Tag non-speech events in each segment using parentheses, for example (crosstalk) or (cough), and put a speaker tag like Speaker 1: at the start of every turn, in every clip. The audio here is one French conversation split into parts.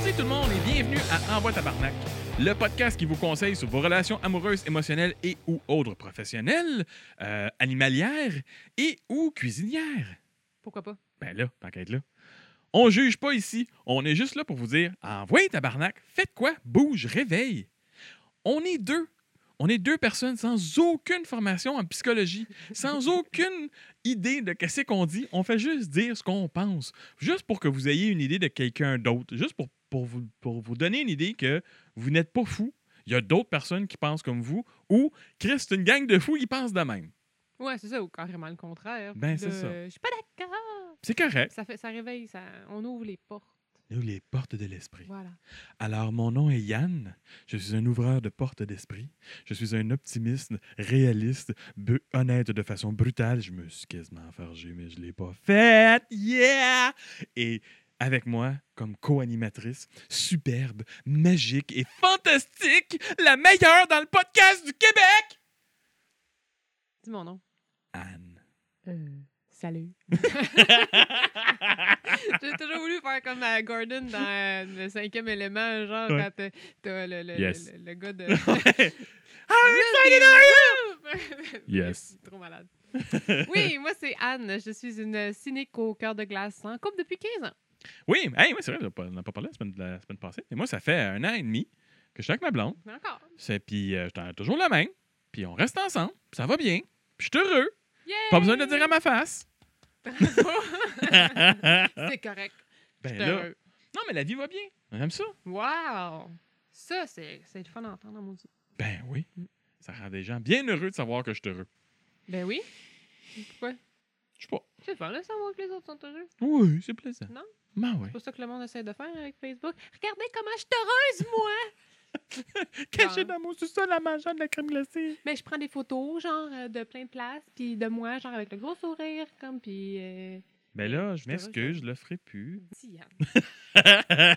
Speaker 1: Salut tout le monde et bienvenue à Envoi Tabarnak, le podcast qui vous conseille sur vos relations amoureuses, émotionnelles et ou autres professionnelles, euh, animalières et ou cuisinières.
Speaker 2: Pourquoi pas?
Speaker 1: Ben là, t'inquiète là. On juge pas ici, on est juste là pour vous dire Envoyez Tabarnak, faites quoi, bouge, réveille. On est deux. On est deux personnes sans aucune formation en psychologie, sans aucune idée de qu'est-ce qu'on dit. On fait juste dire ce qu'on pense juste pour que vous ayez une idée de quelqu'un d'autre, juste pour, pour, vous, pour vous donner une idée que vous n'êtes pas fou. Il y a d'autres personnes qui pensent comme vous, ou Chris, c'est une gang de fous qui pensent de même.
Speaker 2: (laughs) Ouais, c'est ça, ou carrément le contraire.
Speaker 1: Ben,
Speaker 2: Le-
Speaker 1: c'est ça. Ben
Speaker 2: Je suis pas d'accord.
Speaker 1: C'est correct.
Speaker 2: Ça, fait, ça réveille, ça, on ouvre les portes.
Speaker 1: Nous, les portes de l'esprit.
Speaker 2: Voilà.
Speaker 1: Alors, mon nom est Yann. Je suis un ouvreur de portes d'esprit. Je suis un optimiste, réaliste, bu- honnête de façon brutale. Je me suis quasiment fargé, mais je ne l'ai pas fait. Yeah! Et avec moi, comme co-animatrice, superbe, magique et fantastique, la meilleure dans le podcast du Québec,
Speaker 2: Dis mon nom.
Speaker 1: Anne.
Speaker 2: (laughs) Salut. J'ai toujours voulu faire comme à Gordon dans euh, le cinquième élément, genre
Speaker 1: Ouais.
Speaker 2: quand t'as- t'as le, le,
Speaker 1: Yes.
Speaker 2: le, le
Speaker 1: (laughs)
Speaker 2: gars de.
Speaker 1: Ah,
Speaker 2: (laughs)
Speaker 1: Yes.
Speaker 2: Trop malade. Oui, moi c'est Anne. Je suis une cynique au cœur de glace en couple depuis 15 ans.
Speaker 1: Oui, hey, oui c'est vrai, on n'a pas, on a pas parlé la semaine, la semaine passée. Mais moi, ça fait un an et demi que je suis avec ma blonde.
Speaker 2: Mais encore.
Speaker 1: C'est puis euh, j'étais toujours la même. Puis on reste ensemble, puis ça va bien. Puis je suis heureux.
Speaker 2: Yeah!
Speaker 1: Pas besoin de le dire à ma face. ben
Speaker 2: C'est correct. Euh,
Speaker 1: là, non mais la vie va bien. On aime ça.
Speaker 2: Wow! Ça, c'est c'est le fun d'entendre, mon Dieu.
Speaker 1: Ben oui. Ça rend des gens bien heureux de savoir que je suis heureux.
Speaker 2: Ben oui. Pourquoi?
Speaker 1: Je sais pas.
Speaker 2: C'est le fun de savoir que les autres sont heureux.
Speaker 1: Oui, c'est plaisant.
Speaker 2: Non?
Speaker 1: Ben oui.
Speaker 2: C'est pour ça que le monde essaie de faire avec Facebook. Regardez comment je suis heureuse, (laughs) moi!
Speaker 1: Caché dans mon sous-sol en mangeant de la crème glacée.
Speaker 2: Mais Ben, je prends des photos, genre, euh, de plein de places, puis de moi, genre, avec le gros sourire, comme, puis... Euh,
Speaker 1: Ben là, je
Speaker 2: suis heureux,
Speaker 1: m'excuse, je le ferai plus. (laughs)
Speaker 2: dis, Yann.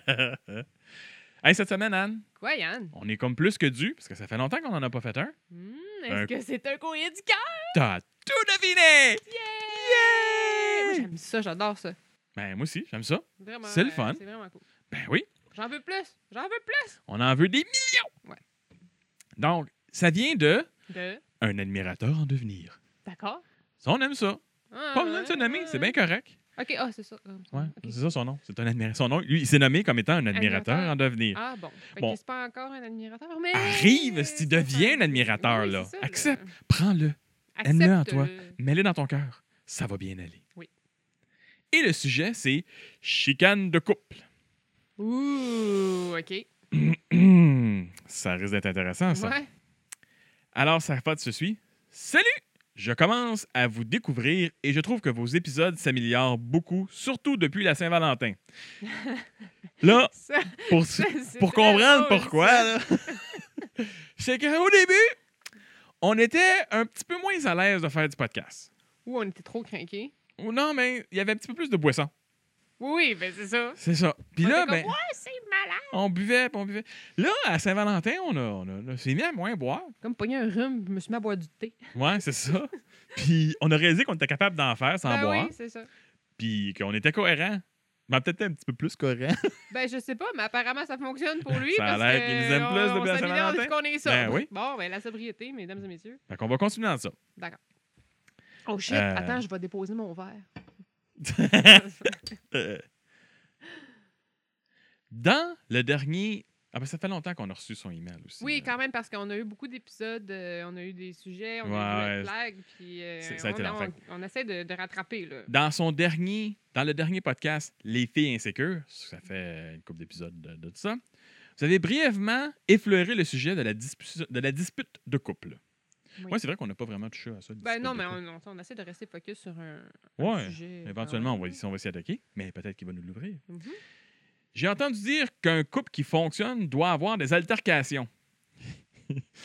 Speaker 1: hey, cette semaine, Anne,
Speaker 2: Quoi, Yann?
Speaker 1: on est comme plus que dû, parce que ça fait longtemps qu'on en a pas fait un.
Speaker 2: Hmm,
Speaker 1: Un-
Speaker 2: Est-ce que c'est un courrier du cœur?
Speaker 1: T'as tout deviné!
Speaker 2: Moi,
Speaker 1: Yeah!
Speaker 2: j'aime ça, j'adore ça.
Speaker 1: Ben moi aussi, j'aime ça.
Speaker 2: Vraiment.
Speaker 1: C'est le
Speaker 2: euh,
Speaker 1: fun.
Speaker 2: c'est vraiment cool.
Speaker 1: Ben oui,
Speaker 2: J'en veux plus! J'en veux plus!
Speaker 1: on en veut des millions.
Speaker 2: Ouais.
Speaker 1: Donc, ça vient de
Speaker 2: De...
Speaker 1: un admirateur en devenir.
Speaker 2: D'accord.
Speaker 1: Ça, on aime ça. Pas besoin de se
Speaker 2: Ah,
Speaker 1: nommer, c'est bien
Speaker 2: ah.
Speaker 1: correct.
Speaker 2: OK, ah, c'est ça. comme ça.
Speaker 1: Ouais,
Speaker 2: OK.
Speaker 1: c'est ça son nom. C'est un admirateur. Son nom, lui, il s'est nommé comme étant un admirateur,
Speaker 2: Admirateur.
Speaker 1: en devenir.
Speaker 2: Ah bon. Fait
Speaker 1: Bon.
Speaker 2: que c'est pas encore un admirateur, mais.
Speaker 1: Arrive, si tu deviens un admirateur,
Speaker 2: Oui,
Speaker 1: là.
Speaker 2: c'est ça, euh,
Speaker 1: Accepte. Prends-le, Aime-le en toi.
Speaker 2: Accepte-le.
Speaker 1: mets-le dans ton cœur. Ça va bien aller.
Speaker 2: Oui.
Speaker 1: Et le sujet, c'est chicane de couple. (clears throat)
Speaker 2: Ouh, OK.
Speaker 1: ça risque d'être intéressant, Ah, ça.
Speaker 2: Ouais. (laughs)
Speaker 1: Alors, ça va de ceci. Salut! Je commence à vous découvrir et je trouve que vos épisodes s'améliorent beaucoup, surtout depuis la
Speaker 2: (laughs)
Speaker 1: Saint-Valentin. Là,
Speaker 2: Ça,
Speaker 1: pour,
Speaker 2: ça, c'est
Speaker 1: pour
Speaker 2: très
Speaker 1: comprendre
Speaker 2: drôle,
Speaker 1: pourquoi,
Speaker 2: ça.
Speaker 1: là, (laughs) c'est qu'au début, on était un petit peu moins à l'aise de faire du podcast.
Speaker 2: Ouh, on était trop craqués.
Speaker 1: Ou non, mais il y avait un petit peu plus de boissons.
Speaker 2: Oui, oui, ben c'est ça.
Speaker 1: C'est ça. Puis
Speaker 2: On
Speaker 1: là,
Speaker 2: était
Speaker 1: ben,
Speaker 2: comme, Ouais, c'est malade.
Speaker 1: on buvait, puis on buvait. Là, à Saint-Valentin, on, a, on, a- on s'est mis à moins boire.
Speaker 2: Comme pogner un rhume, je me suis mis à boire du thé.
Speaker 1: Ouais, c'est
Speaker 2: (laughs)
Speaker 1: ça. Puis on a réalisé qu'on était capable d'en faire sans
Speaker 2: ben
Speaker 1: boire.
Speaker 2: oui, c'est ça.
Speaker 1: puis qu'on était cohérent. Mais peut-être un petit peu plus cohérent.
Speaker 2: Ben, je sais pas, mais apparemment, ça fonctionne pour lui.
Speaker 1: (laughs) Ça a
Speaker 2: parce
Speaker 1: l'air
Speaker 2: que
Speaker 1: qu'il nous aime plus
Speaker 2: on-
Speaker 1: depuis la
Speaker 2: on s'améliore
Speaker 1: Saint-Valentin.
Speaker 2: depuis qu'on est sobre.
Speaker 1: Ben oui.
Speaker 2: Bon, ben, la sobriété, mesdames et messieurs.
Speaker 1: Fait qu'on va continuer dans ça.
Speaker 2: Oh shit,
Speaker 1: Euh.
Speaker 2: attends, je vais déposer
Speaker 1: (laughs)
Speaker 2: mon (laughs) verre.
Speaker 1: Euh, dans le dernier. Ah ben ça fait longtemps qu'on a reçu son email aussi.
Speaker 2: Oui,
Speaker 1: là.
Speaker 2: quand même, parce qu'on a eu beaucoup d'épisodes, euh, on a eu des sujets, on a
Speaker 1: Ouais,
Speaker 2: eu des
Speaker 1: ouais.
Speaker 2: flags, puis euh,
Speaker 1: C'est- ça a
Speaker 2: on,
Speaker 1: été long,
Speaker 2: on, on essaie de, de rattraper. Là.
Speaker 1: Dans son dernier. Dans le dernier podcast, Les filles insécures, ça fait une couple d'épisodes de, de tout ça. Vous avez brièvement effleuré le sujet de la, dispu- de la dispute de couple.
Speaker 2: Oui.
Speaker 1: Oui, c'est vrai qu'on n'a pas vraiment touché à ça.
Speaker 2: Ben
Speaker 1: dispute
Speaker 2: non,
Speaker 1: de
Speaker 2: mais
Speaker 1: couple.
Speaker 2: on, on- on essaie de rester focus sur un, un
Speaker 1: Ouais.
Speaker 2: sujet.
Speaker 1: Éventuellement, on
Speaker 2: quand
Speaker 1: va,
Speaker 2: même.
Speaker 1: si on va s'y attaquer, mais peut-être qu'il va nous l'ouvrir.
Speaker 2: Mhm.
Speaker 1: J'ai entendu dire qu'un couple qui fonctionne doit avoir des altercations.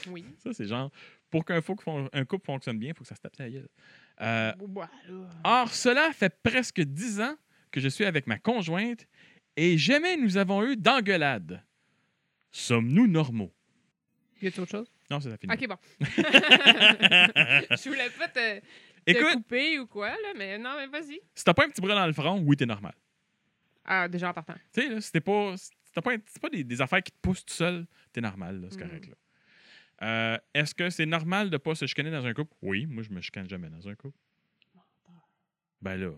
Speaker 2: Oui.
Speaker 1: Ça, c'est genre, pour qu'un fou- un couple fonctionne bien, il faut que ça se tape sa gueule. Euh,
Speaker 2: Voilà. Ah,
Speaker 1: or, cela fait presque dix ans que je suis avec ma conjointe et jamais nous avons eu d'engueulade. Sommes-nous normaux?
Speaker 2: Y a-t-il autre chose?
Speaker 1: Non, c'est la fini. (laughs)
Speaker 2: Ok, bon. (laughs) je voulais pas te, te
Speaker 1: Écoute,
Speaker 2: couper ou quoi, là, mais non, mais vas-y.
Speaker 1: si t'as pas un petit bras dans le front, oui, t'es normal.
Speaker 2: Ah, déjà en partant.
Speaker 1: Tu sais, là, si t'es pas. si C'est pas, c'est pas des, des affaires qui te poussent tout seul. T'es normal, là, c'est
Speaker 2: Mm.
Speaker 1: correct. là. Euh, Est-ce que c'est normal de pas se chicaner dans un couple? Oui, moi, je me chicane jamais dans un couple. Ben là,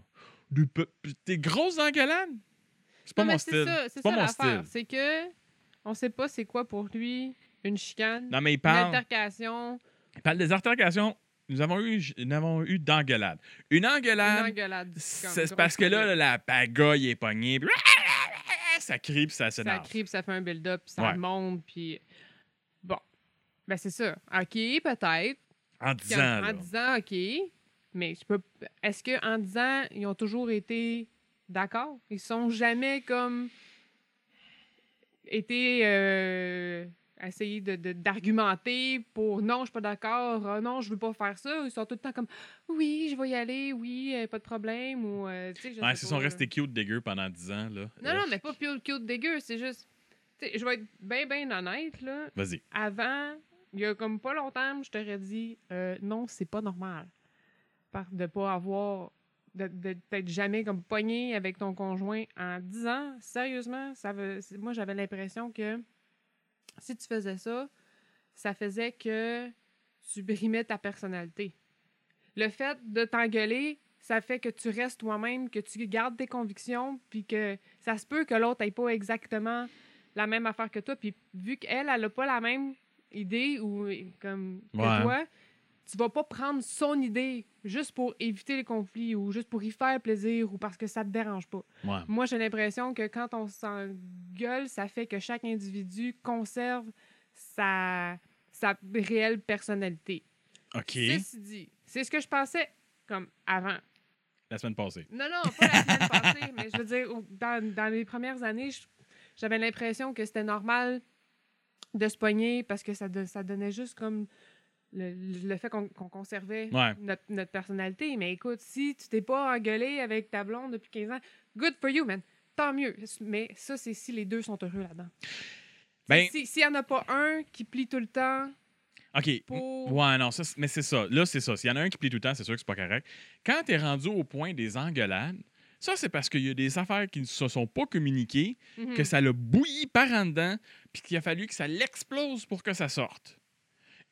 Speaker 1: du pe- des grosses engalades? C'est pas
Speaker 2: Non, mais
Speaker 1: mon
Speaker 2: c'est
Speaker 1: style.
Speaker 2: ça, c'est
Speaker 1: pas
Speaker 2: ça
Speaker 1: mon
Speaker 2: l'affaire.
Speaker 1: style.
Speaker 2: C'est que on sait pas c'est quoi pour lui une chicane,
Speaker 1: Non, mais il
Speaker 2: une
Speaker 1: parle.
Speaker 2: altercation,
Speaker 1: Il parle des altercations. Nous avons eu, nous avons eu d'engueulades. Une
Speaker 2: une
Speaker 1: engueulade,
Speaker 2: engueulade. comme
Speaker 1: c'est
Speaker 2: grosse
Speaker 1: parce que là,
Speaker 2: engueulade.
Speaker 1: là, la pagaille est pognée. puis Ça crie, puis ça
Speaker 2: ça
Speaker 1: s'énerve.
Speaker 2: crie, puis ça fait un build-up, puis ça
Speaker 1: Ouais.
Speaker 2: monte, puis... Bon. Ben, c'est ça. OK, peut-être.
Speaker 1: En
Speaker 2: qu'en-
Speaker 1: disant, là.
Speaker 2: En disant OK, mais je peux... Est-ce qu'en disant, ils ont toujours été d'accord? Ils sont jamais comme... été... euh, essayer de- de- d'argumenter pour non, je suis pas d'accord, ah non, je veux pas faire ça. Ils sont tout le temps comme oui, je vais y aller, oui, euh, pas de problème. Ou, euh, tu sais, je
Speaker 1: Ouais,
Speaker 2: sais
Speaker 1: ils se
Speaker 2: pas,
Speaker 1: sont
Speaker 2: là.
Speaker 1: restés cute dégueu pendant 10 ans, là.
Speaker 2: Non, non, mais pas cute, cute dégueu, c'est juste. tu sais, je vais être bien, bien honnête, là.
Speaker 1: Vas-y.
Speaker 2: Avant, il y a comme pas longtemps, je t'aurais dit euh, non, c'est pas normal. Par de pas avoir. de de- d'être jamais comme pogné avec ton conjoint en 10 ans. Sérieusement, ça veut, c'est- moi, j'avais l'impression que si tu faisais ça, ça faisait que tu brimais ta personnalité. Le fait de t'engueuler, ça fait que tu restes toi-même, que tu gardes tes convictions, puis que ça se peut que l'autre n'ait pas exactement la même affaire que toi. Puis vu qu'elle, elle n'a pas la même idée ou euh, comme que
Speaker 1: Ouais.
Speaker 2: toi, tu vas pas prendre son idée juste pour éviter les conflits ou juste pour y faire plaisir ou parce que ça te dérange pas.
Speaker 1: Ouais.
Speaker 2: Moi, j'ai l'impression que quand on s'engueule, ça fait que chaque individu conserve sa, sa réelle personnalité.
Speaker 1: OK.
Speaker 2: Ceci dit, c'est ce que je pensais comme avant.
Speaker 1: La semaine passée.
Speaker 2: Non, non, pas la semaine passée, mais je veux dire, au- dans, dans les premières années, je- j'avais l'impression que c'était normal de se pogner parce que ça, do- ça donnait juste comme le, le fait qu'on qu'on conservait
Speaker 1: Ouais.
Speaker 2: notre, notre personnalité. Mais écoute, si tu t'es pas engueulé avec ta blonde depuis 15 ans, good for you, man. Tant mieux. Mais ça, c'est si les deux sont heureux là-dedans.
Speaker 1: Ben,
Speaker 2: Si- S'il y en a pas un qui plie tout le temps
Speaker 1: OK.
Speaker 2: pour...
Speaker 1: Ouais, non, ça, c'est- mais c'est ça. Là, c'est ça. S'il y en a un qui plie tout le temps, c'est sûr que c'est pas correct. Quand t'es rendu au point des engueulades, ça, c'est parce qu'il y a des affaires qui ne se sont pas communiquées,
Speaker 2: Mhm.
Speaker 1: que ça l'a bouilli par en dedans, puis qu'il a fallu que ça l'explose pour que ça sorte.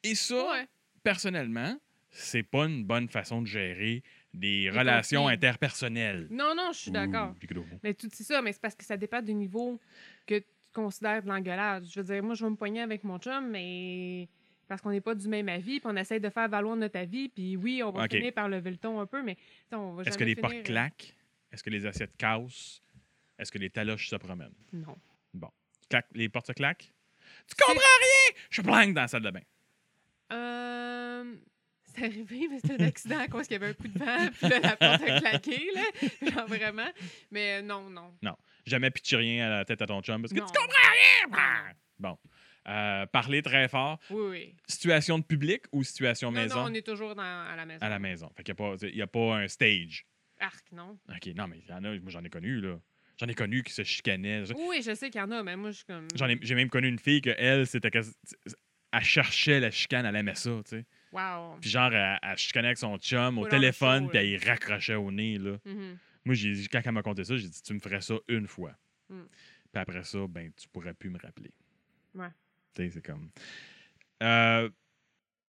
Speaker 1: Et ça,
Speaker 2: Ouais.
Speaker 1: personnellement, c'est pas une bonne façon de gérer des relations
Speaker 2: conflits.
Speaker 1: interpersonnelles.
Speaker 2: Non, non, je suis d'accord.
Speaker 1: Ouh, des gros mots.
Speaker 2: Mais tout c'est ça, mais c'est parce que ça dépend du niveau que tu considères de l'engueulade. Je veux dire, moi, je vais me poigner avec mon chum, mais parce qu'on n'est pas du même avis, puis on essaie de faire valoir notre avis, puis oui, on va
Speaker 1: Ok.
Speaker 2: finir par lever le ton un peu, mais tu sais, on va
Speaker 1: Est-ce que
Speaker 2: jamais
Speaker 1: les
Speaker 2: finir- euh.
Speaker 1: portes claquent? Est-ce que les assiettes cassent? Est-ce que les taloches se promènent?
Speaker 2: euh, Non.
Speaker 1: Clac- les portes se claquent? Tu
Speaker 2: C'est-
Speaker 1: comprends rien! Je blanque dans la salle de bain.
Speaker 2: Euh, C'est arrivé, mais c'était un accident à cause qu'il y avait un coup de vent, (laughs) puis là, la porte a claqué, là. Genre, vraiment. Mais euh, non, non.
Speaker 1: Jamais pitcher rien à la tête à ton chum parce que
Speaker 2: Non.
Speaker 1: tu comprends rien! Bon. Euh, parler très fort.
Speaker 2: Oui, oui.
Speaker 1: Situation de public ou situation
Speaker 2: Non,
Speaker 1: maison?
Speaker 2: non, on est toujours dans- à la maison.
Speaker 1: À la maison. Fait qu'il n'y a, pas un stage.
Speaker 2: Arc, non?
Speaker 1: OK, non, mais il y en a, moi j'en ai connu, là. J'en ai connu qui se chicanaient.
Speaker 2: Oui, je sais qu'il y en a, mais moi, je suis comme...
Speaker 1: J'en ai, j'ai même connu une fille que elle, c'était quasi- elle cherchait la chicane, elle aimait ça, tu sais.
Speaker 2: Wow.
Speaker 1: Puis genre, elle, elle chicanait avec son chum au
Speaker 2: Pas dans le
Speaker 1: téléphone,
Speaker 2: show,
Speaker 1: puis
Speaker 2: là.
Speaker 1: elle y raccrochait au nez, là.
Speaker 2: Mhm.
Speaker 1: Moi, j'ai dit, quand elle m'a conté ça, j'ai dit, tu me ferais ça une fois.
Speaker 2: Mm.
Speaker 1: Puis après ça, ben, tu pourrais plus me rappeler.
Speaker 2: Ouais.
Speaker 1: Tu sais, c'est comme. Euh,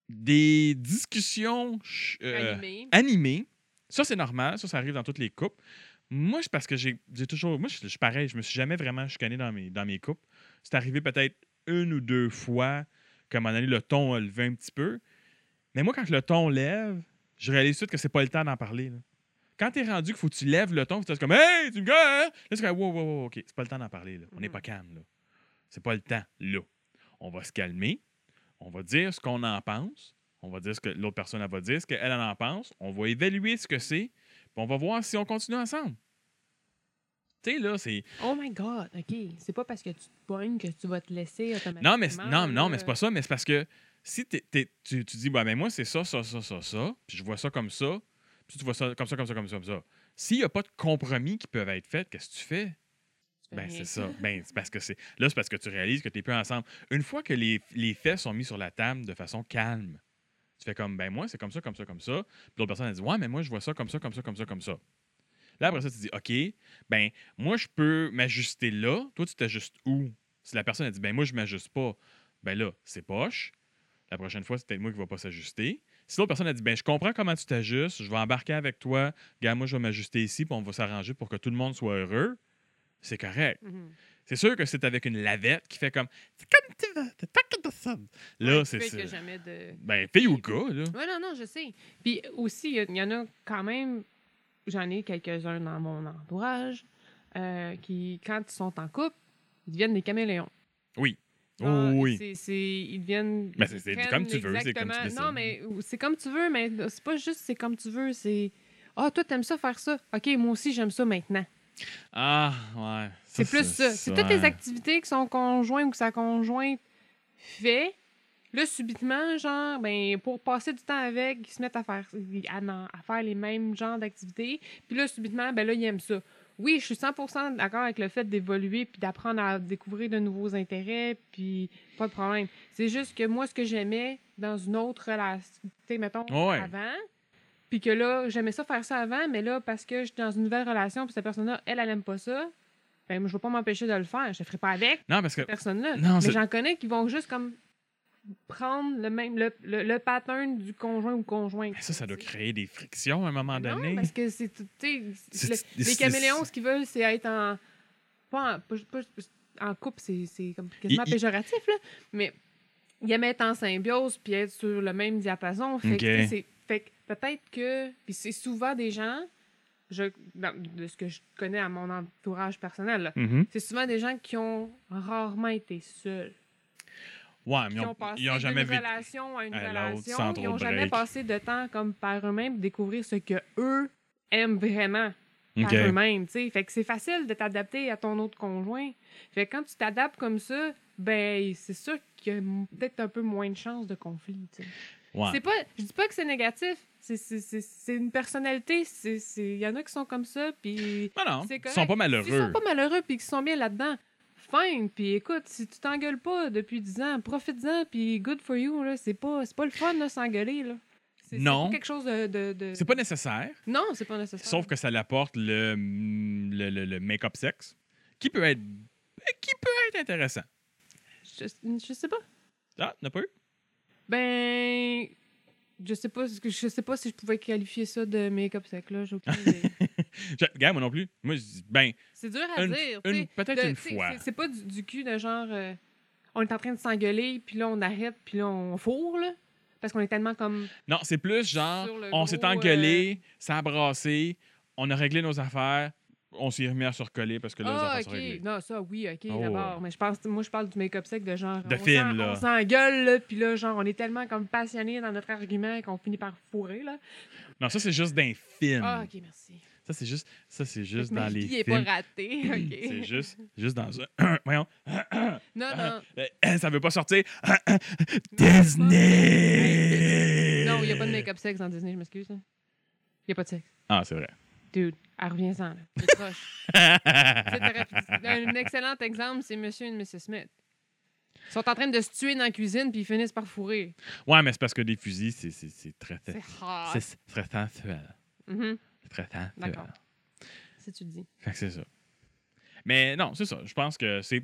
Speaker 1: des discussions ch- euh,
Speaker 2: Animé.
Speaker 1: animées, ça, c'est normal. Ça, ça arrive dans toutes les couples. Moi, c'est parce que j'ai j'ai toujours. Moi, je je suis pareil. Je me suis jamais vraiment chicané dans mes, dans mes couples. C'est arrivé peut-être une ou deux fois qu'à un moment donné, le ton a levé un petit peu. Mais moi, quand le ton lève, je réalise tout de suite que c'est pas le temps d'en parler. là. Quand t'es rendu qu'il faut que tu lèves le ton, tu es comme Hey, tu me gars! hein? Là, c'est comme Wow, wow, wow, OK, c'est pas le temps d'en parler. Là. On n'est
Speaker 2: Mhm.
Speaker 1: pas calme. là. C'est pas le temps. Là. On va se calmer. On va dire ce qu'on en pense. On va dire ce que l'autre personne elle va dire, ce qu'elle elle en pense. On va évaluer ce que c'est. Puis on va voir si on continue ensemble. Tu sais, là, c'est.
Speaker 2: Oh my God, OK. C'est pas parce que tu te pognes que tu vas te laisser automatiquement.
Speaker 1: Non, mais, c'est- non, non,
Speaker 2: là.
Speaker 1: mais c'est pas ça, mais c'est parce que si t'es- t'es- tu, tu dis, bah, ben moi, c'est ça, ça, ça, ça, ça, puis je vois ça comme ça, puis tu vois ça comme ça, comme ça, comme ça, comme ça. S'il n'y a pas de compromis qui peuvent être faits, qu'est-ce que tu fais?
Speaker 2: Tu fais
Speaker 1: Ben,
Speaker 2: rien. (laughs)
Speaker 1: c'est ça. Ben, c'est parce que c'est. Là, c'est parce que tu réalises que tu n'es plus ensemble. Une fois que les, les faits sont mis sur la table de façon calme, tu fais comme, ben, moi, c'est comme ça, comme ça, comme ça. Puis l'autre personne, elle dit, ouais, mais moi, je vois ça comme ça, comme ça, comme ça, comme ça. Là, après ça, tu dis, OK, ben, moi, je peux m'ajuster là. Toi, tu t'ajustes où? Si la personne a dit, ben, moi, je m'ajuste pas, ben là, c'est poche. La prochaine fois, c'est peut-être moi qui ne va pas s'ajuster. Si l'autre personne a dit, ben, je comprends comment tu t'ajustes, je vais embarquer avec toi, gars, moi, je vais m'ajuster ici, puis on va s'arranger pour que tout le monde soit heureux, c'est correct.
Speaker 2: Mhm.
Speaker 1: C'est sûr que c'est avec une lavette qui fait comme, c'est comme tu veux, t'es pas comme ça. Là,
Speaker 2: Ouais,
Speaker 1: c'est
Speaker 2: plus
Speaker 1: ça.
Speaker 2: que jamais de.
Speaker 1: Ben, fille ou gars, là.
Speaker 2: Oui, non, non, je sais. Puis aussi, il y a- il y, en a quand même, j'en ai quelques-uns dans mon entourage, euh, qui, quand ils sont en couple, ils deviennent des caméléons.
Speaker 1: Oh,
Speaker 2: Ah,
Speaker 1: oui.
Speaker 2: c'est- c'est- ils deviennent.
Speaker 1: Ben, c'est- c'est
Speaker 2: prennent
Speaker 1: comme tu veux, c'est comme tu
Speaker 2: exactement-
Speaker 1: décides.
Speaker 2: Non, mais c'est comme tu veux, mais c'est pas juste c'est comme tu veux, c'est. Ah, toi, t'aimes ça faire ça. OK, moi aussi, j'aime ça maintenant.
Speaker 1: Ah, ouais.
Speaker 2: C'est plus ça. C'est toutes les activités que son conjoint ou que sa conjointe fait. Là, subitement, genre, ben, pour passer du temps avec, ils se mettent à faire, à, n'en- à faire les mêmes genres d'activités. Puis là, subitement, ben là, ils aiment ça. Oui, je suis 100% d'accord avec le fait d'évoluer puis d'apprendre à découvrir de nouveaux intérêts, puis pas de problème. C'est juste que moi, ce que j'aimais dans une autre relation, tu sais, mettons,
Speaker 1: Ouais.
Speaker 2: avant, puis que là, j'aimais ça faire ça avant, mais là, parce que je suis dans une nouvelle relation, puis cette personne-là, elle, elle aime pas ça, ben, moi, je vais pas m'empêcher de le faire. Je le ferai pas avec
Speaker 1: Non, parce que.
Speaker 2: cette personne-là.
Speaker 1: Non, c'est-
Speaker 2: Mais j'en connais qui vont juste comme prendre le même le, le, le pattern du conjoint ou conjointe.
Speaker 1: mais Ben, Ça, ça doit créer des frictions à un moment
Speaker 2: Non,
Speaker 1: donné.
Speaker 2: parce que c'est tout- tu sais,
Speaker 1: C'est-
Speaker 2: le-
Speaker 1: c'est-
Speaker 2: les
Speaker 1: c'est-
Speaker 2: caméléons, ce qu'ils veulent, c'est être en. Pas en, pas- pas- en couple, c'est c'est comme quasiment
Speaker 1: Il- il-
Speaker 2: péjoratif, là. Mais ils aiment être en symbiose puis être sur le même diapason. Fait que,
Speaker 1: Ok.
Speaker 2: tu sais, c'est- fait que peut-être que. Puis c'est souvent des gens, je, dans- de ce que je connais à mon entourage personnel, là,
Speaker 1: Mhm.
Speaker 2: c'est souvent des gens qui ont rarement été seuls
Speaker 1: Ouais, mais
Speaker 2: qui
Speaker 1: ils
Speaker 2: ont
Speaker 1: ont-
Speaker 2: passé
Speaker 1: ils ont jamais
Speaker 2: d'une
Speaker 1: vécu.
Speaker 2: relation à une
Speaker 1: à l'autre
Speaker 2: relation.
Speaker 1: sans trop
Speaker 2: Ils n'ont
Speaker 1: de
Speaker 2: jamais
Speaker 1: break.
Speaker 2: passé de temps comme par eux-mêmes pour découvrir ce que eux aiment vraiment par
Speaker 1: OK.
Speaker 2: eux-mêmes. tu sais. Fait que c'est facile de t'adapter à ton autre conjoint. Fait que quand tu t'adaptes comme ça, ben c'est sûr qu'il y a m- peut-être un peu moins de chances de conflit. tu sais. C'est
Speaker 1: Ouais.
Speaker 2: pas, je dis pas que c'est négatif. C'est- c'est- C'est c'est une personnalité. C'est- c'est- Il y en a qui sont comme ça, puis
Speaker 1: Mais non,
Speaker 2: c'est
Speaker 1: ils sont
Speaker 2: correct.
Speaker 1: pas malheureux.
Speaker 2: S'ils sont pas malheureux puis qu'ils sont bien là-dedans, fine. Puis écoute, si tu t'engueules pas depuis 10 ans, profite-en puis good for you. Là. C'est, pas, c'est pas le fun de s'engueuler. Là. C'est, c'est
Speaker 1: Non.
Speaker 2: pas quelque chose de. de- de-
Speaker 1: C'est pas nécessaire,
Speaker 2: Non, c'est pas nécessaire.
Speaker 1: sauf que ça l'apporte le, mm, le, le- le make-up sexe, qui peut être ben, qui peut être intéressant.
Speaker 2: Je, je sais pas.
Speaker 1: Ah, n'a pas eu?
Speaker 2: Ben. Je sais pas, ce que- je sais pas si je pouvais qualifier ça de make-up sec. Là. J'ai aucune idée.
Speaker 1: Je- Regarde, moi non plus. Moi, je dis, ben,
Speaker 2: (laughs) c'est dur à
Speaker 1: une,
Speaker 2: dire.
Speaker 1: une-
Speaker 2: tu sais.
Speaker 1: peut-être
Speaker 2: De-
Speaker 1: une
Speaker 2: tu sais,
Speaker 1: fois.
Speaker 2: C'est, c'est pas du, du cul de genre euh, on est en train de s'engueuler, puis là on arrête, puis là on fourre, là, parce qu'on est tellement comme.
Speaker 1: Non, c'est plus genre,
Speaker 2: Sur le
Speaker 1: on
Speaker 2: gros, euh,
Speaker 1: s'est engueulé, ça a brassé, on a réglé nos affaires, on s'est remis à se recoller parce que là, les
Speaker 2: Ah,
Speaker 1: affaires sont réglées.
Speaker 2: ok. Non, ça, oui, ok,
Speaker 1: Oh,
Speaker 2: d'abord. Mais je pense, moi, je parle du make-up sec de genre.
Speaker 1: De
Speaker 2: on
Speaker 1: film,
Speaker 2: s'en-
Speaker 1: là.
Speaker 2: On s'engueule, là, puis là, genre, on est tellement comme passionnés dans notre argument qu'on finit par fourrer, là.
Speaker 1: Non, ça, c'est juste d'un film.
Speaker 2: Ah, ok, merci.
Speaker 1: Ça, c'est juste, ça, c'est juste
Speaker 2: Ma
Speaker 1: dans les
Speaker 2: vie
Speaker 1: films.
Speaker 2: est pas ratée,
Speaker 1: (laughs) C'est
Speaker 2: (laughs) ok.
Speaker 1: juste, juste dans un. (clears throat) Voyons,
Speaker 2: Non, non.
Speaker 1: Euh, (clears throat) ça veut pas sortir.
Speaker 2: Disney!
Speaker 1: Disney!
Speaker 2: Non, il n'y a pas de make-up sexe dans Disney, je m'excuse. Il n'y a pas de sexe.
Speaker 1: Ah, c'est vrai.
Speaker 2: Dude, elle revient-en, là. C'est proche. C'est (laughs) thérapeutique. Un excellent exemple, c'est Monsieur et Mrs. Smith. Ils sont en train de se tuer dans la cuisine, puis ils finissent par fourrer.
Speaker 1: ouais, mais c'est parce que des fusils, c'est- c'est c'est très.
Speaker 2: C'est
Speaker 1: C'est
Speaker 2: hot.
Speaker 1: c'est très sensuel.
Speaker 2: Mhm.
Speaker 1: C'est Très sensuel.
Speaker 2: D'accord. Si tu le dis.
Speaker 1: Fait que c'est ça. Mais non, c'est ça. Je pense que c'est.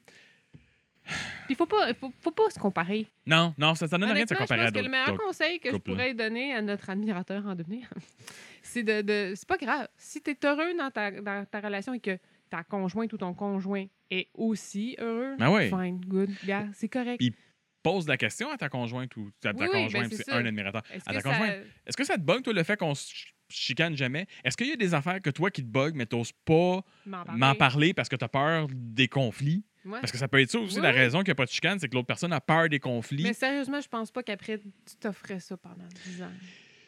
Speaker 2: Puis faut pas, faut, faut pas se comparer.
Speaker 1: Non, non, ça, ça donne rien de se
Speaker 2: Honnêtement,
Speaker 1: comparer
Speaker 2: je
Speaker 1: à
Speaker 2: pense que
Speaker 1: d'autres.
Speaker 2: le meilleur
Speaker 1: d'autres-
Speaker 2: conseil que je
Speaker 1: couples, là.
Speaker 2: pourrais donner à notre admirateur en devenir, (laughs) c'est de, de- c'est pas grave. Si t'es heureux dans ta, dans ta relation et que ta conjointe ou ton conjoint est aussi heureux,
Speaker 1: Ben oui.
Speaker 2: fine, good, gars, c'est correct.
Speaker 1: Puis, Pose la question à ta conjointe ou à ta
Speaker 2: Oui, oui, ben
Speaker 1: conjointe,
Speaker 2: c'est
Speaker 1: c'est
Speaker 2: ça.
Speaker 1: un admirateur.
Speaker 2: Est-ce
Speaker 1: à
Speaker 2: que
Speaker 1: ta
Speaker 2: ça-
Speaker 1: conjointe. Est-ce que ça te bug, toi, le fait qu'on se ch- chicane jamais? Est-ce qu'il y a des affaires que toi qui te bug, mais t'oses pas
Speaker 2: m'en
Speaker 1: m'en parler parce que t'as peur des conflits?
Speaker 2: Ouais.
Speaker 1: Parce que ça peut être ça aussi,
Speaker 2: Oui,
Speaker 1: la
Speaker 2: oui.
Speaker 1: raison qu'il n'y a pas de chicane, c'est que l'autre personne a peur des conflits.
Speaker 2: Mais sérieusement, je pense pas qu'après, tu t'offrais ça pendant 10 ans. en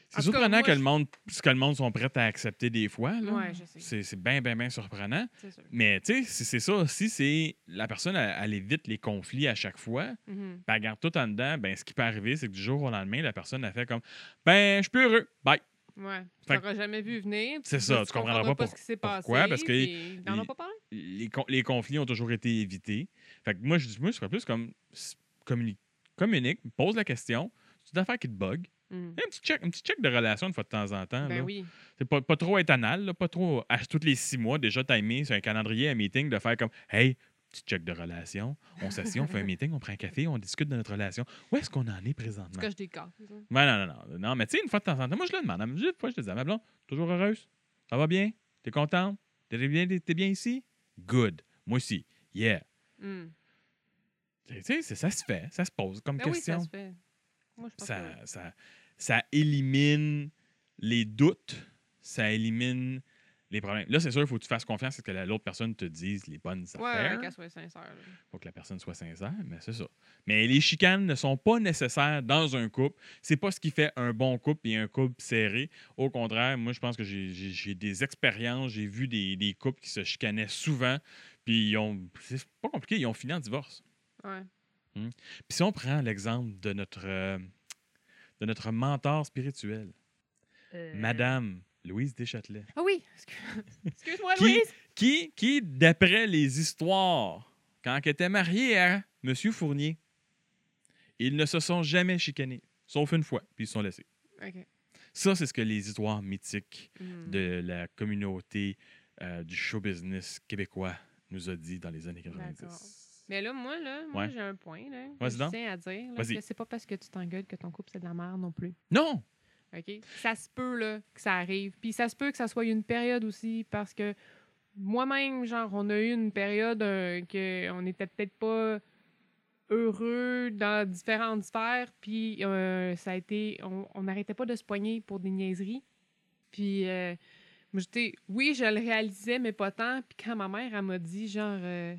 Speaker 1: C'est
Speaker 2: tout cas,
Speaker 1: surprenant
Speaker 2: moi,
Speaker 1: que,
Speaker 2: je-
Speaker 1: le monde, ce que le monde sont prêts à accepter des fois. là.
Speaker 2: Ouais, je sais.
Speaker 1: Ah C'est c'est bien, bien, bien surprenant.
Speaker 2: C'est sûr.
Speaker 1: Mais tu sais, si c'est ça aussi, c'est la personne, elle, elle évite les conflits à chaque fois.
Speaker 2: Mhm.
Speaker 1: Ben, elle garde tout en dedans. Ben, ce qui peut arriver, c'est que du jour au lendemain, la personne a fait comme Ben, je suis plus heureux. Bye.
Speaker 2: Ouais. Tu
Speaker 1: Fait
Speaker 2: n'auras jamais vu venir.
Speaker 1: C'est
Speaker 2: puis
Speaker 1: ça,
Speaker 2: là,
Speaker 1: tu comprendras
Speaker 2: comprendras
Speaker 1: pas
Speaker 2: ce qui s'est passé.
Speaker 1: pourquoi, parce que
Speaker 2: puis Ils n'en ont
Speaker 1: il-
Speaker 2: pas parlé.
Speaker 1: Les, con- les conflits ont toujours été évités. Fait que moi, je dis, moi, je serais plus comme s- communi- communique, pose la question. C'est une affaire qui te bug.
Speaker 2: Mm.
Speaker 1: Un petit check, un petit check de relation une fois de temps en temps.
Speaker 2: Ben
Speaker 1: Ah, là.
Speaker 2: oui.
Speaker 1: C'est pas, pas trop être anal, là, pas trop. À tous les six mois, déjà timé sur un calendrier, un meeting, de faire comme Hey, petit check de relation, on s'assied, on fait
Speaker 2: (laughs)
Speaker 1: un meeting, on prend un café, on discute de notre relation. Où est-ce qu'on en est
Speaker 2: En tout
Speaker 1: présentement?
Speaker 2: cas, je décore. ça.
Speaker 1: Ben non, non, non. Non, mais tu sais, une fois de temps en temps, moi je le demande. Une fois, je te dis à ma blonde, toujours heureuse? Ça va bien? T'es contente? T'es bien, t'es bien ici? Good. Moi aussi. Yeah.
Speaker 2: Mm.
Speaker 1: Tu sais, c'est- ça se fait, ça se pose comme
Speaker 2: Ben oui,
Speaker 1: question.
Speaker 2: ça se fait. Moi, je pense
Speaker 1: ça,
Speaker 2: que oui.
Speaker 1: ça, ça élimine les doutes, ça élimine les problèmes. Là, c'est sûr, il faut que tu fasses confiance à ce que la- l'autre personne te dise les bonnes
Speaker 2: Ouais,
Speaker 1: affaires.
Speaker 2: ouais, qu'elle soit sincère. là.
Speaker 1: faut que la personne soit sincère, mais c'est ça. Mais les chicanes ne sont pas nécessaires dans un couple. C'est pas ce qui fait un bon couple et un couple serré. Au contraire, moi, je pense que j'ai- j'ai j'ai des expériences, j'ai vu des, des couples qui se chicanaient souvent, puis ils ont... C'est pas compliqué, ils ont fini en divorce.
Speaker 2: Ouais.
Speaker 1: Puis si on prend l'exemple de notre, euh, de notre mentor spirituel, Euh,
Speaker 2: Euh.
Speaker 1: Madame Louise Deschâtelet,
Speaker 2: Ah oui! excuse- (laughs) Excuse-moi,
Speaker 1: Qui-
Speaker 2: Louise!
Speaker 1: qui, qui d'après les histoires, quand elle était mariée à M. Fournier, ils ne se sont jamais chicanés, sauf une fois, puis ils se sont laissés.
Speaker 2: OK.
Speaker 1: Ça, c'est ce que les histoires mythiques
Speaker 2: Mm.
Speaker 1: de la communauté euh, du show business québécois nous a dit dans les années
Speaker 2: D'accord.
Speaker 1: 90.
Speaker 2: Mais là, moi, là, moi,
Speaker 1: Ouais.
Speaker 2: j'ai un point là, que
Speaker 1: Vas-y
Speaker 2: je
Speaker 1: donc.
Speaker 2: tiens à dire. Là,
Speaker 1: Vas-y.
Speaker 2: que c'est pas parce que tu t'engueules que ton couple, c'est de la merde non plus.
Speaker 1: Non!
Speaker 2: OK? Ça se peut là, que ça arrive. Puis ça se peut que ça soit une période aussi parce que moi-même, genre, on a eu une période euh, que on n'était peut-être pas heureux dans différentes sphères. Puis euh, ça a été... On on n'arrêtait pas de se poigner pour des niaiseries. Puis... euh, moi, j'étais- oui, je le réalisais, mais pas tant. Puis quand ma mère, elle m'a dit, genre, euh,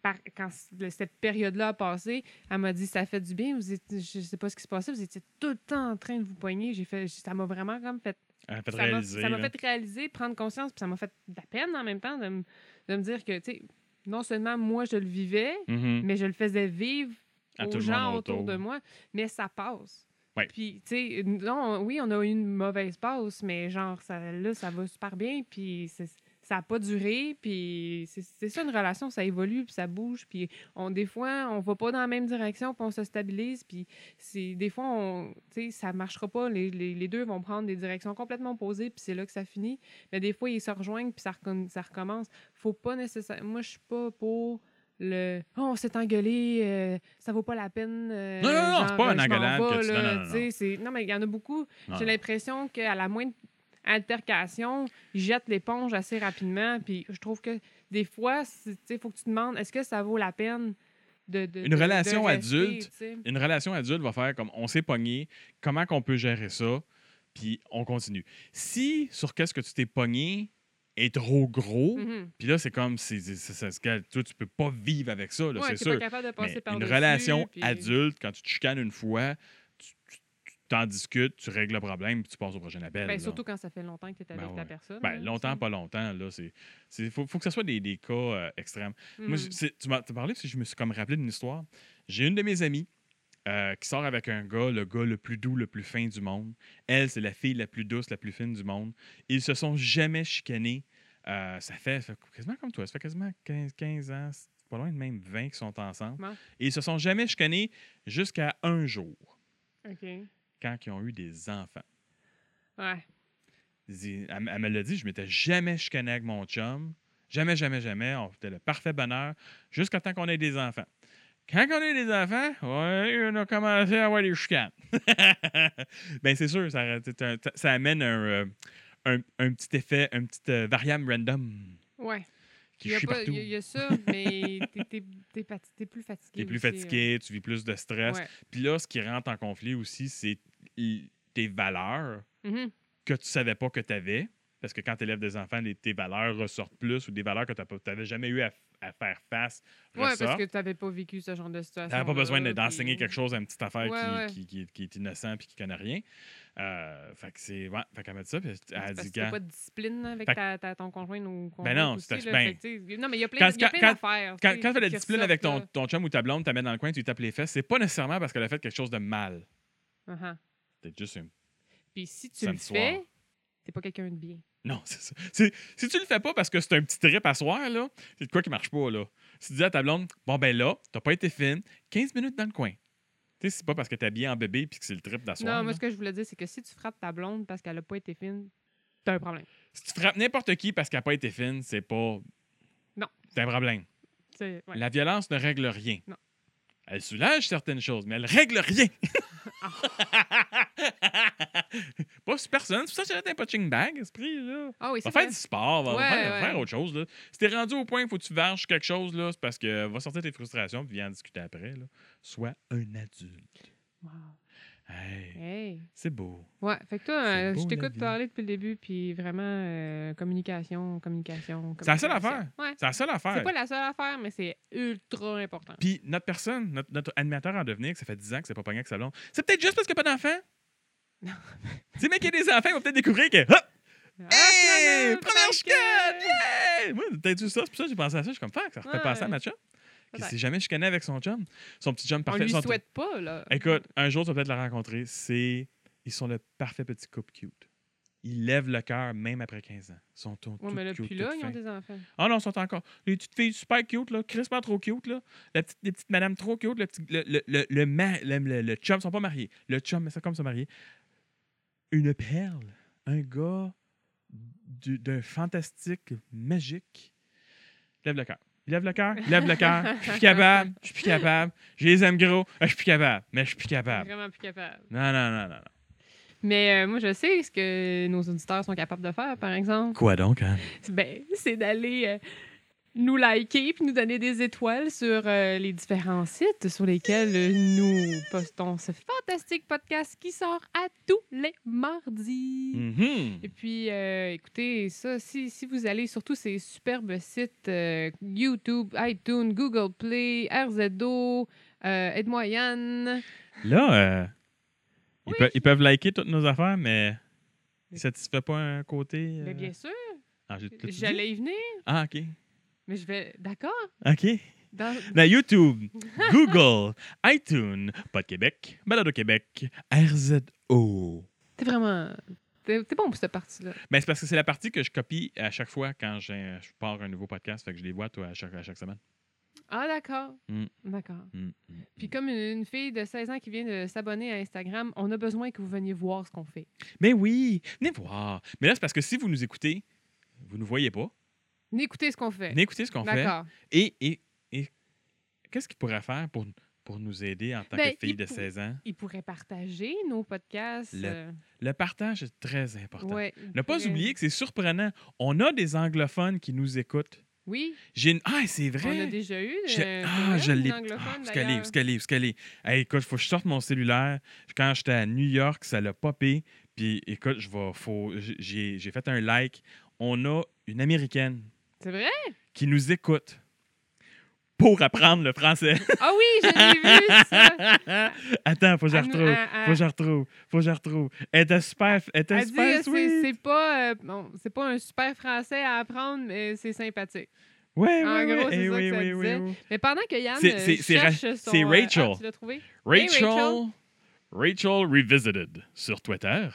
Speaker 2: par- quand c- le- cette période-là a passé, elle m'a dit, ça fait du bien, vous étiez, je sais pas ce qui se passait, vous étiez tout le temps en train de vous poigner. J'ai fait, ça m'a vraiment comme fait
Speaker 1: Elle a fait
Speaker 2: ça m'a-
Speaker 1: réaliser,
Speaker 2: Ça m'a
Speaker 1: là.
Speaker 2: fait réaliser, prendre conscience, puis ça m'a fait de la peine en même temps de, me- de me dire que, tu sais, non seulement moi, je le vivais,
Speaker 1: Mhm.
Speaker 2: mais je le faisais vivre
Speaker 1: À tout
Speaker 2: aux
Speaker 1: le
Speaker 2: gens
Speaker 1: monde
Speaker 2: autour de moi, mais ça passe.
Speaker 1: Ouais.
Speaker 2: Puis, tu sais, non, oui, on a eu une mauvaise passe, mais genre, ça, là, ça va super bien, puis c'est- ça n'a pas duré, puis c'est- c'est ça une relation, ça évolue, puis ça bouge, puis on, des fois, on va pas dans la même direction, puis on se stabilise, puis c'est- des fois, on, tu sais, ça marchera pas, les, les- les deux vont prendre des directions complètement opposées, puis c'est là que ça finit, mais des fois, ils se rejoignent, puis ça, recon- ça recommence. Faut pas nécessairement... Moi, je suis pas pour le « Oh, on s'est engueulé, euh, ça vaut pas la peine... euh,
Speaker 1: Non, non, non, c'est
Speaker 2: genre,
Speaker 1: pas un
Speaker 2: je m'en
Speaker 1: engueulade que
Speaker 2: vais,
Speaker 1: tu-
Speaker 2: là.
Speaker 1: non, non, non,
Speaker 2: Tu sais, c'est- Non, mais il y en a beaucoup.
Speaker 1: Non,
Speaker 2: J'ai
Speaker 1: non.
Speaker 2: l'impression qu'à la moindre altercation, ils jettent l'éponge assez rapidement. Puis je trouve que des fois, il faut que tu te demandes est-ce que ça vaut la peine de. de-
Speaker 1: Une
Speaker 2: de- de
Speaker 1: relation
Speaker 2: rester,
Speaker 1: adulte,
Speaker 2: tu sais?
Speaker 1: une relation adulte va faire comme on s'est pogné, comment qu'on peut gérer ça, puis on continue. Si sur qu'est-ce que tu t'es pogné est trop gros,
Speaker 2: Mhm.
Speaker 1: puis là c'est comme c'est c'est- c'est- c'est- c'est- toi tu peux pas vivre avec ça, là, c'est
Speaker 2: Ouais, t'es pas
Speaker 1: sûr.
Speaker 2: capable de
Speaker 1: Mais
Speaker 2: passer
Speaker 1: une
Speaker 2: par-dessus,
Speaker 1: relation
Speaker 2: puis-
Speaker 1: adulte, quand tu te chicanes une fois, tu tu- tu t'en discutes, tu règles le problème, puis tu passes au prochain appel.
Speaker 2: Ben,
Speaker 1: là.
Speaker 2: surtout quand ça fait longtemps que tu es
Speaker 1: Ben
Speaker 2: avec
Speaker 1: ouais.
Speaker 2: ta personne.
Speaker 1: Ben,
Speaker 2: là,
Speaker 1: longtemps,
Speaker 2: tu
Speaker 1: pas longtemps, là, c'est c'est- faut, faut que ce soit des, des cas euh, extrêmes.
Speaker 2: sais.
Speaker 1: Moi,
Speaker 2: Mhm.
Speaker 1: je- c'est- tu m'as t'as parlé parce que je me suis comme rappelé d'une histoire. J'ai une de mes amies euh, qui sort avec un gars, le gars le plus doux, le plus fin du monde. Elle, c'est la fille la plus douce, la plus fine du monde. Ils se sont jamais chicanés. Euh, ça, fait, ça fait quasiment comme toi, ça fait quasiment 15, 15 ans, c'est pas loin de même 20 qui sont ensemble.
Speaker 2: Ouais.
Speaker 1: Et ils se sont jamais chicanés jusqu'à un jour,
Speaker 2: OK.
Speaker 1: quand ils ont eu des enfants.
Speaker 2: Ouais.
Speaker 1: Elle dit- Elle, elle me l'a dit, je m'étais jamais chicané avec mon chum. Jamais, jamais, jamais. On faisait le parfait bonheur jusqu'à temps qu'on ait des enfants. Quand on a eu des enfants, ouais, on a commencé à avoir des chicanes. (laughs) ben c'est sûr, ça, c'est un- ça amène un, euh, un, un petit effet, une petite euh, variable random
Speaker 2: Ouais.
Speaker 1: qui
Speaker 2: Il y, a
Speaker 1: chie
Speaker 2: pas-
Speaker 1: partout.
Speaker 2: il y a- il y a
Speaker 1: (laughs)
Speaker 2: ça, mais t'es- t'es t'es fati- t'es plus fatigué.
Speaker 1: T'es plus
Speaker 2: aussi, euh.
Speaker 1: fatigué, tu vis plus de stress.
Speaker 2: Ouais.
Speaker 1: Puis là, ce qui rentre en conflit aussi, c'est l- tes valeurs
Speaker 2: Mhm.
Speaker 1: que tu savais pas que tu avais. Parce que quand tu élèves des enfants, les- tes valeurs ressortent plus ou des valeurs que tu n'avais jamais eu à, à faire face
Speaker 2: Ouais, parce
Speaker 1: ressortent.
Speaker 2: que tu n'avais pas vécu ce genre de
Speaker 1: Tu
Speaker 2: situation.
Speaker 1: n'avais pas besoin de-
Speaker 2: là,
Speaker 1: d'enseigner
Speaker 2: puis-
Speaker 1: quelque chose à une petite affaire
Speaker 2: Ouais,
Speaker 1: qui,
Speaker 2: ouais.
Speaker 1: Qui, qui- qui est innocent puis qui connaît rien. Euh, fait que c'est. Ouais, fait qu'elle m'a dit ça. Puis elle
Speaker 2: C'est
Speaker 1: a
Speaker 2: parce
Speaker 1: dit
Speaker 2: que t'as
Speaker 1: quand.
Speaker 2: pas de discipline hein, avec
Speaker 1: Fait-
Speaker 2: ta, ta- ton conjoint ou conjointe
Speaker 1: non,
Speaker 2: aussi,
Speaker 1: c'est-
Speaker 2: là,
Speaker 1: ben,
Speaker 2: fait que, tu sais, Non, mais il y a plein,
Speaker 1: quand-
Speaker 2: il y a plein
Speaker 1: quand-
Speaker 2: d'affaires.
Speaker 1: Quand,
Speaker 2: tu sais,
Speaker 1: quand tu fais de la
Speaker 2: qui
Speaker 1: discipline avec ton,
Speaker 2: ressortent,
Speaker 1: ton chum ou ta blonde, tu mets dans le coin, tu lui tapes les fesses, c'est pas nécessairement parce qu'elle a fait quelque chose de mal.
Speaker 2: là. Uh-huh.
Speaker 1: C'est juste un-
Speaker 2: Puis si tu le
Speaker 1: Samedi soir.
Speaker 2: fais, t'es pas quelqu'un de bien.
Speaker 1: Non, (laughs) c'est ça. C'est- si tu le fais pas parce que c'est un petit trip à soir, là, c'est de quoi qui marche pas, là. Si tu dis à ta blonde, bon ben là, t'as pas été fine, 15 minutes dans le coin. Tu sais, c'est pas parce que t'es habillé en bébé puis que c'est le trip d'asseoir.
Speaker 2: Non,
Speaker 1: là.
Speaker 2: moi, ce que je voulais dire, c'est que si tu frappes ta blonde parce qu'elle a pas été fine, t'as un problème.
Speaker 1: Si tu frappes n'importe qui parce qu'elle n'a pas été fine, c'est pas.
Speaker 2: Non.
Speaker 1: C'est un problème.
Speaker 2: C'est- ouais.
Speaker 1: La violence ne règle rien.
Speaker 2: Non.
Speaker 1: Elle soulage certaines choses, mais elle règle
Speaker 2: (laughs)
Speaker 1: rien.
Speaker 2: Ah.
Speaker 1: (laughs) pas sur personne. C'est pour ça que j'avais un punching bag, esprit, là.
Speaker 2: Ah oui,
Speaker 1: Va
Speaker 2: c'est
Speaker 1: faire
Speaker 2: vrai.
Speaker 1: du sport, va, va
Speaker 2: Ouais,
Speaker 1: faire, va
Speaker 2: ouais.
Speaker 1: faire autre chose. Là. Si t'es rendu au point où faut que tu varges quelque chose, là, c'est parce que va sortir tes frustrations puis viens en discuter après. Là. Sois un adulte.
Speaker 2: Wow.
Speaker 1: Hey,
Speaker 2: Hey.
Speaker 1: c'est beau.
Speaker 2: Ouais, fait que toi,
Speaker 1: C'est
Speaker 2: euh,
Speaker 1: beau,
Speaker 2: je
Speaker 1: la
Speaker 2: t'écoute
Speaker 1: vie.
Speaker 2: parler depuis le début, puis vraiment, euh, communication, communication, communication.
Speaker 1: C'est la seule affaire.
Speaker 2: Ouais.
Speaker 1: C'est la seule
Speaker 2: C'est
Speaker 1: affaire.
Speaker 2: pas la seule affaire, mais c'est ultra important.
Speaker 1: Puis notre personne, notre, notre animateur en devenir, que ça fait 10 ans que c'est pas pogné avec sa blonde, c'est peut-être juste parce qu'il n'y a pas d'enfant.
Speaker 2: Non.
Speaker 1: Tu sais, mec, il y a des enfants, ils vont peut-être découvrir que. Hop!
Speaker 2: Ah,
Speaker 1: Hey! Première
Speaker 2: finalement, peut-être que-
Speaker 1: chicane! Hey! Moi, c'est peut-être juste ça. C'est pour ça que j'ai pensé à ça. Je suis comme, fuck, ça refait
Speaker 2: Ouais.
Speaker 1: passer à ma chum. Qui
Speaker 2: Peut-être.
Speaker 1: s'est jamais chicané avec son chum. Son petit chum
Speaker 2: On
Speaker 1: parfait.
Speaker 2: lui
Speaker 1: son-
Speaker 2: souhaite pas, là.
Speaker 1: Écoute, un jour, tu vas peut-être la rencontrer. C'est. Ils sont le parfait petit couple cute. Ils lèvent le cœur même après 15 ans. Ils sont tout
Speaker 2: Ouais, mais là,
Speaker 1: cute,
Speaker 2: puis là,
Speaker 1: toutes
Speaker 2: ils ont
Speaker 1: fins.
Speaker 2: des enfants.
Speaker 1: Ah non, ils sont encore. Les petites filles super cute, là. Crispement trop cute, là. La petite, les petites madames trop cute. Le, petit, le, le, le, le, ma- le- le- le chum, ils sont pas mariés. Le chum, mais ça comme se marier. Une perle. Un gars du- d'un fantastique, magique. Lève le cœur. Lève le cœur, lève le cœur. Je suis plus capable, je suis plus capable. Je les aime gros, Ah, je suis plus capable, mais je suis plus capable.
Speaker 2: Vraiment plus capable.
Speaker 1: Non, non, non, non. non.
Speaker 2: Mais euh, moi, je sais ce que nos auditeurs sont capables de faire, par exemple.
Speaker 1: Quoi donc, hein?
Speaker 2: (laughs) Ben, c'est d'aller euh, nous liker puis nous donner des étoiles sur euh, les différents sites sur lesquels euh, nous postons ce fantastique podcast qui sort à tous les mardis.
Speaker 1: Mhm.
Speaker 2: Et puis, euh, écoutez, ça, si, si vous allez sur tous ces superbes sites euh, YouTube, iTunes, Google Play, RZO, euh, Aide-moi Yann.
Speaker 1: Là, euh, ils,
Speaker 2: Oui.
Speaker 1: peuvent, ils peuvent liker toutes nos affaires, mais ils ne satisfait pas un côté. euh,
Speaker 2: Ben, bien sûr,
Speaker 1: Ah, j'ai tout dit?
Speaker 2: j'allais y venir,
Speaker 1: Ah, OK.
Speaker 2: mais je vais. D'accord.
Speaker 1: OK.
Speaker 2: Dans...
Speaker 1: Dans
Speaker 2: (laughs)
Speaker 1: YouTube, Google, iTunes, Pod Québec, Balado Québec, RZO.
Speaker 2: T'es vraiment. T'es t'es bon pour cette partie-là.
Speaker 1: Mais Ben, c'est parce que c'est la partie que je copie à chaque fois quand j'ai- je pars un nouveau podcast, fait que je les vois toi, à, chaque, à chaque semaine.
Speaker 2: Ah, d'accord.
Speaker 1: Mm.
Speaker 2: D'accord.
Speaker 1: Mm, mm.
Speaker 2: Puis, comme une, une fille de 16 ans qui vient de s'abonner à Instagram, on a besoin que vous veniez voir ce qu'on fait.
Speaker 1: Mais oui, venez voir. Mais là, c'est parce que si vous nous écoutez, vous ne nous voyez pas.
Speaker 2: Venez écouter ce qu'on fait.
Speaker 1: Venez écouter ce qu'on fait.
Speaker 2: D'accord.
Speaker 1: Et, et, et qu'est-ce qu'il pourrait faire pour, pour nous aider en tant
Speaker 2: Ben,
Speaker 1: que fille
Speaker 2: il
Speaker 1: de
Speaker 2: pour-
Speaker 1: 16 ans?
Speaker 2: Ils pourraient partager nos podcasts.
Speaker 1: Le
Speaker 2: euh,
Speaker 1: Le partage est très important.
Speaker 2: ouais,
Speaker 1: Ne pas
Speaker 2: pourraient-
Speaker 1: oublier que c'est surprenant. On a des anglophones qui nous écoutent.
Speaker 2: Oui.
Speaker 1: J'ai une... Ah, c'est
Speaker 2: On a
Speaker 1: vrai!
Speaker 2: déjà eu.
Speaker 1: Je-
Speaker 2: euh,
Speaker 1: Ah,
Speaker 2: des
Speaker 1: je l'ai.
Speaker 2: anglophones,
Speaker 1: Ah, Où est-ce qu'elle est?
Speaker 2: d'ailleurs.
Speaker 1: Où est-ce qu'elle est? Où est-ce qu'elle est? Hey, écoute, faut que je sorte mon cellulaire. Quand j'étais à New York, ça l'a popé. Puis écoute, je vais- faut- j'ai j'ai fait un like. On a une Américaine
Speaker 2: C'est vrai?
Speaker 1: qui nous écoute pour apprendre le français.
Speaker 2: Ah oui, je
Speaker 1: (laughs)
Speaker 2: l'ai vu, ça.
Speaker 1: Attends, faut que je la
Speaker 2: Elle nous-
Speaker 1: retrouve.
Speaker 2: elle-
Speaker 1: Faut que je la retrouve. Faut que je la retrouve. Elle était super, elle était
Speaker 2: ah, elle dit
Speaker 1: super
Speaker 2: que c'est-
Speaker 1: sweet.
Speaker 2: c'est pas, euh, bon, c'est pas un super français à apprendre, mais c'est sympathique.
Speaker 1: Ouais,
Speaker 2: en
Speaker 1: ouais,
Speaker 2: gros,
Speaker 1: ouais.
Speaker 2: c'est
Speaker 1: Eh
Speaker 2: ça
Speaker 1: oui,
Speaker 2: que ça
Speaker 1: oui, oui,
Speaker 2: disait.
Speaker 1: oui.
Speaker 2: Mais pendant que Yann
Speaker 1: C'est-
Speaker 2: euh,
Speaker 1: c'est- c'est Ra-
Speaker 2: cherche son...
Speaker 1: c'est
Speaker 2: euh,
Speaker 1: Rachel.
Speaker 2: ah, tu l'as trouvé? Hey,
Speaker 1: Rachel,
Speaker 2: Rachel.
Speaker 1: Rachel Revisited sur Twitter.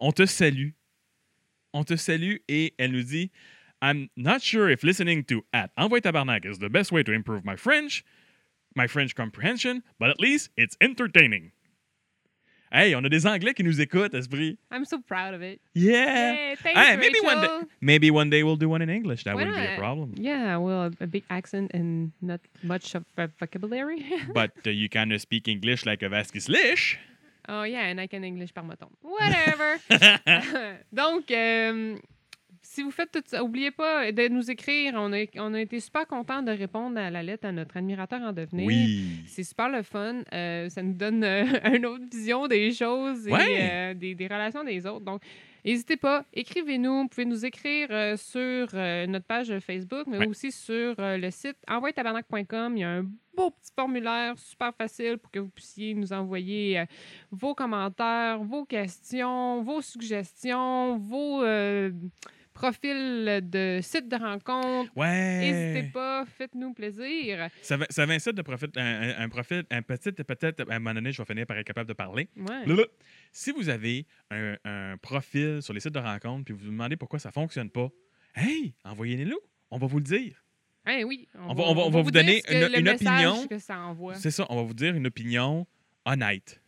Speaker 1: On te salue. On te salue et elle nous dit I'm not sure if listening to at Envoie Tabarnak is the best way to improve my French, my French comprehension, but at least it's entertaining. Hey, on a des Anglais qui nous écoutent, esprit.
Speaker 2: I'm so proud of it.
Speaker 1: Yeah!
Speaker 2: Hey, thanks,
Speaker 1: Hey,
Speaker 2: Rachel.
Speaker 1: maybe one day, maybe one day we'll do one in English. That
Speaker 2: Why
Speaker 1: wouldn't be a
Speaker 2: not? (laughs)
Speaker 1: problem.
Speaker 2: Yeah, well, a big accent and not much of a vocabulary. (laughs)
Speaker 1: But uh, you kind of speak English like a Vasquez Lish.
Speaker 2: oh yeah, and I can English par moton. Whatever. (laughs) Donc, euh, si vous faites tout ça, oubliez pas de nous écrire. On a, on a été super contents de répondre à la lettre à notre admirateur en devenir.
Speaker 1: Oui.
Speaker 2: C'est super le fun. Euh, ça nous donne euh, (laughs) une autre vision des choses et
Speaker 1: Ouais.
Speaker 2: euh, des, des relations des autres. Donc, n'hésitez pas, écrivez-nous. Vous pouvez nous écrire euh, sur euh, notre page Facebook, mais
Speaker 1: Ouais.
Speaker 2: aussi sur euh, le site envoyetabarnak.com. Il y a un beau petit formulaire super facile pour que vous puissiez nous envoyer euh, vos commentaires, vos questions, vos suggestions, vos euh, profils de sites de rencontres.
Speaker 1: Ouais.
Speaker 2: N'hésitez pas, faites-nous plaisir.
Speaker 1: Ça, va- ça incite de profiter un, un- un profil, un petit, peut-être, à un moment donné, je vais finir par être capable de parler.
Speaker 2: Ouais.
Speaker 1: Là, là. Si vous avez un, un profil sur les sites de rencontres puis vous vous demandez pourquoi ça fonctionne pas, hey, envoyez-nous. On va vous le dire.
Speaker 2: Eh oui,
Speaker 1: On va- on va- on va vous
Speaker 2: dire
Speaker 1: donner
Speaker 2: ce que-
Speaker 1: une-
Speaker 2: le
Speaker 1: une
Speaker 2: message
Speaker 1: opinion.
Speaker 2: que ça envoie.
Speaker 1: C'est ça, on va vous dire une opinion honnête.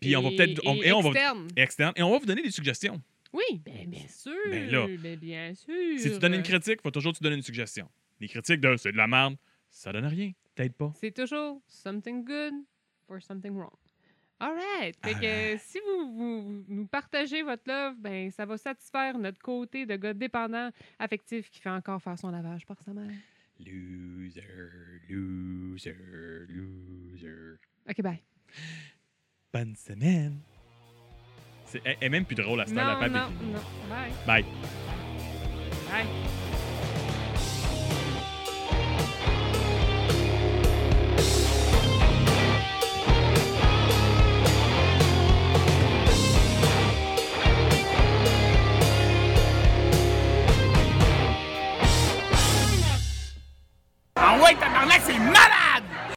Speaker 1: Puis on va
Speaker 2: Et-
Speaker 1: peut-être. on-
Speaker 2: et
Speaker 1: et on va-
Speaker 2: externe.
Speaker 1: externe. Et on va vous donner des suggestions.
Speaker 2: Oui, ben, bien sûr.
Speaker 1: Ben là,
Speaker 2: ben, bien sûr.
Speaker 1: Si tu donnes une critique, il faut toujours te donner une suggestion. Des critiques de c'est de la merde, ça donne rien. Peut-être pas.
Speaker 2: C'est toujours something good for something wrong. All right. Fait
Speaker 1: Ah.
Speaker 2: que si vous, vous nous partagez votre love, ben ça va satisfaire notre côté de gars dépendant affectif qui fait encore faire son lavage par sa mère.
Speaker 1: Loser, loser, loser.
Speaker 2: OK, bye.
Speaker 1: Bonne semaine. C'est elle- elle est même plus drôle à ce temps, la
Speaker 2: non,
Speaker 1: pâte est
Speaker 2: non,
Speaker 1: finie.
Speaker 2: non.
Speaker 1: Bye.
Speaker 2: Bye. Bye.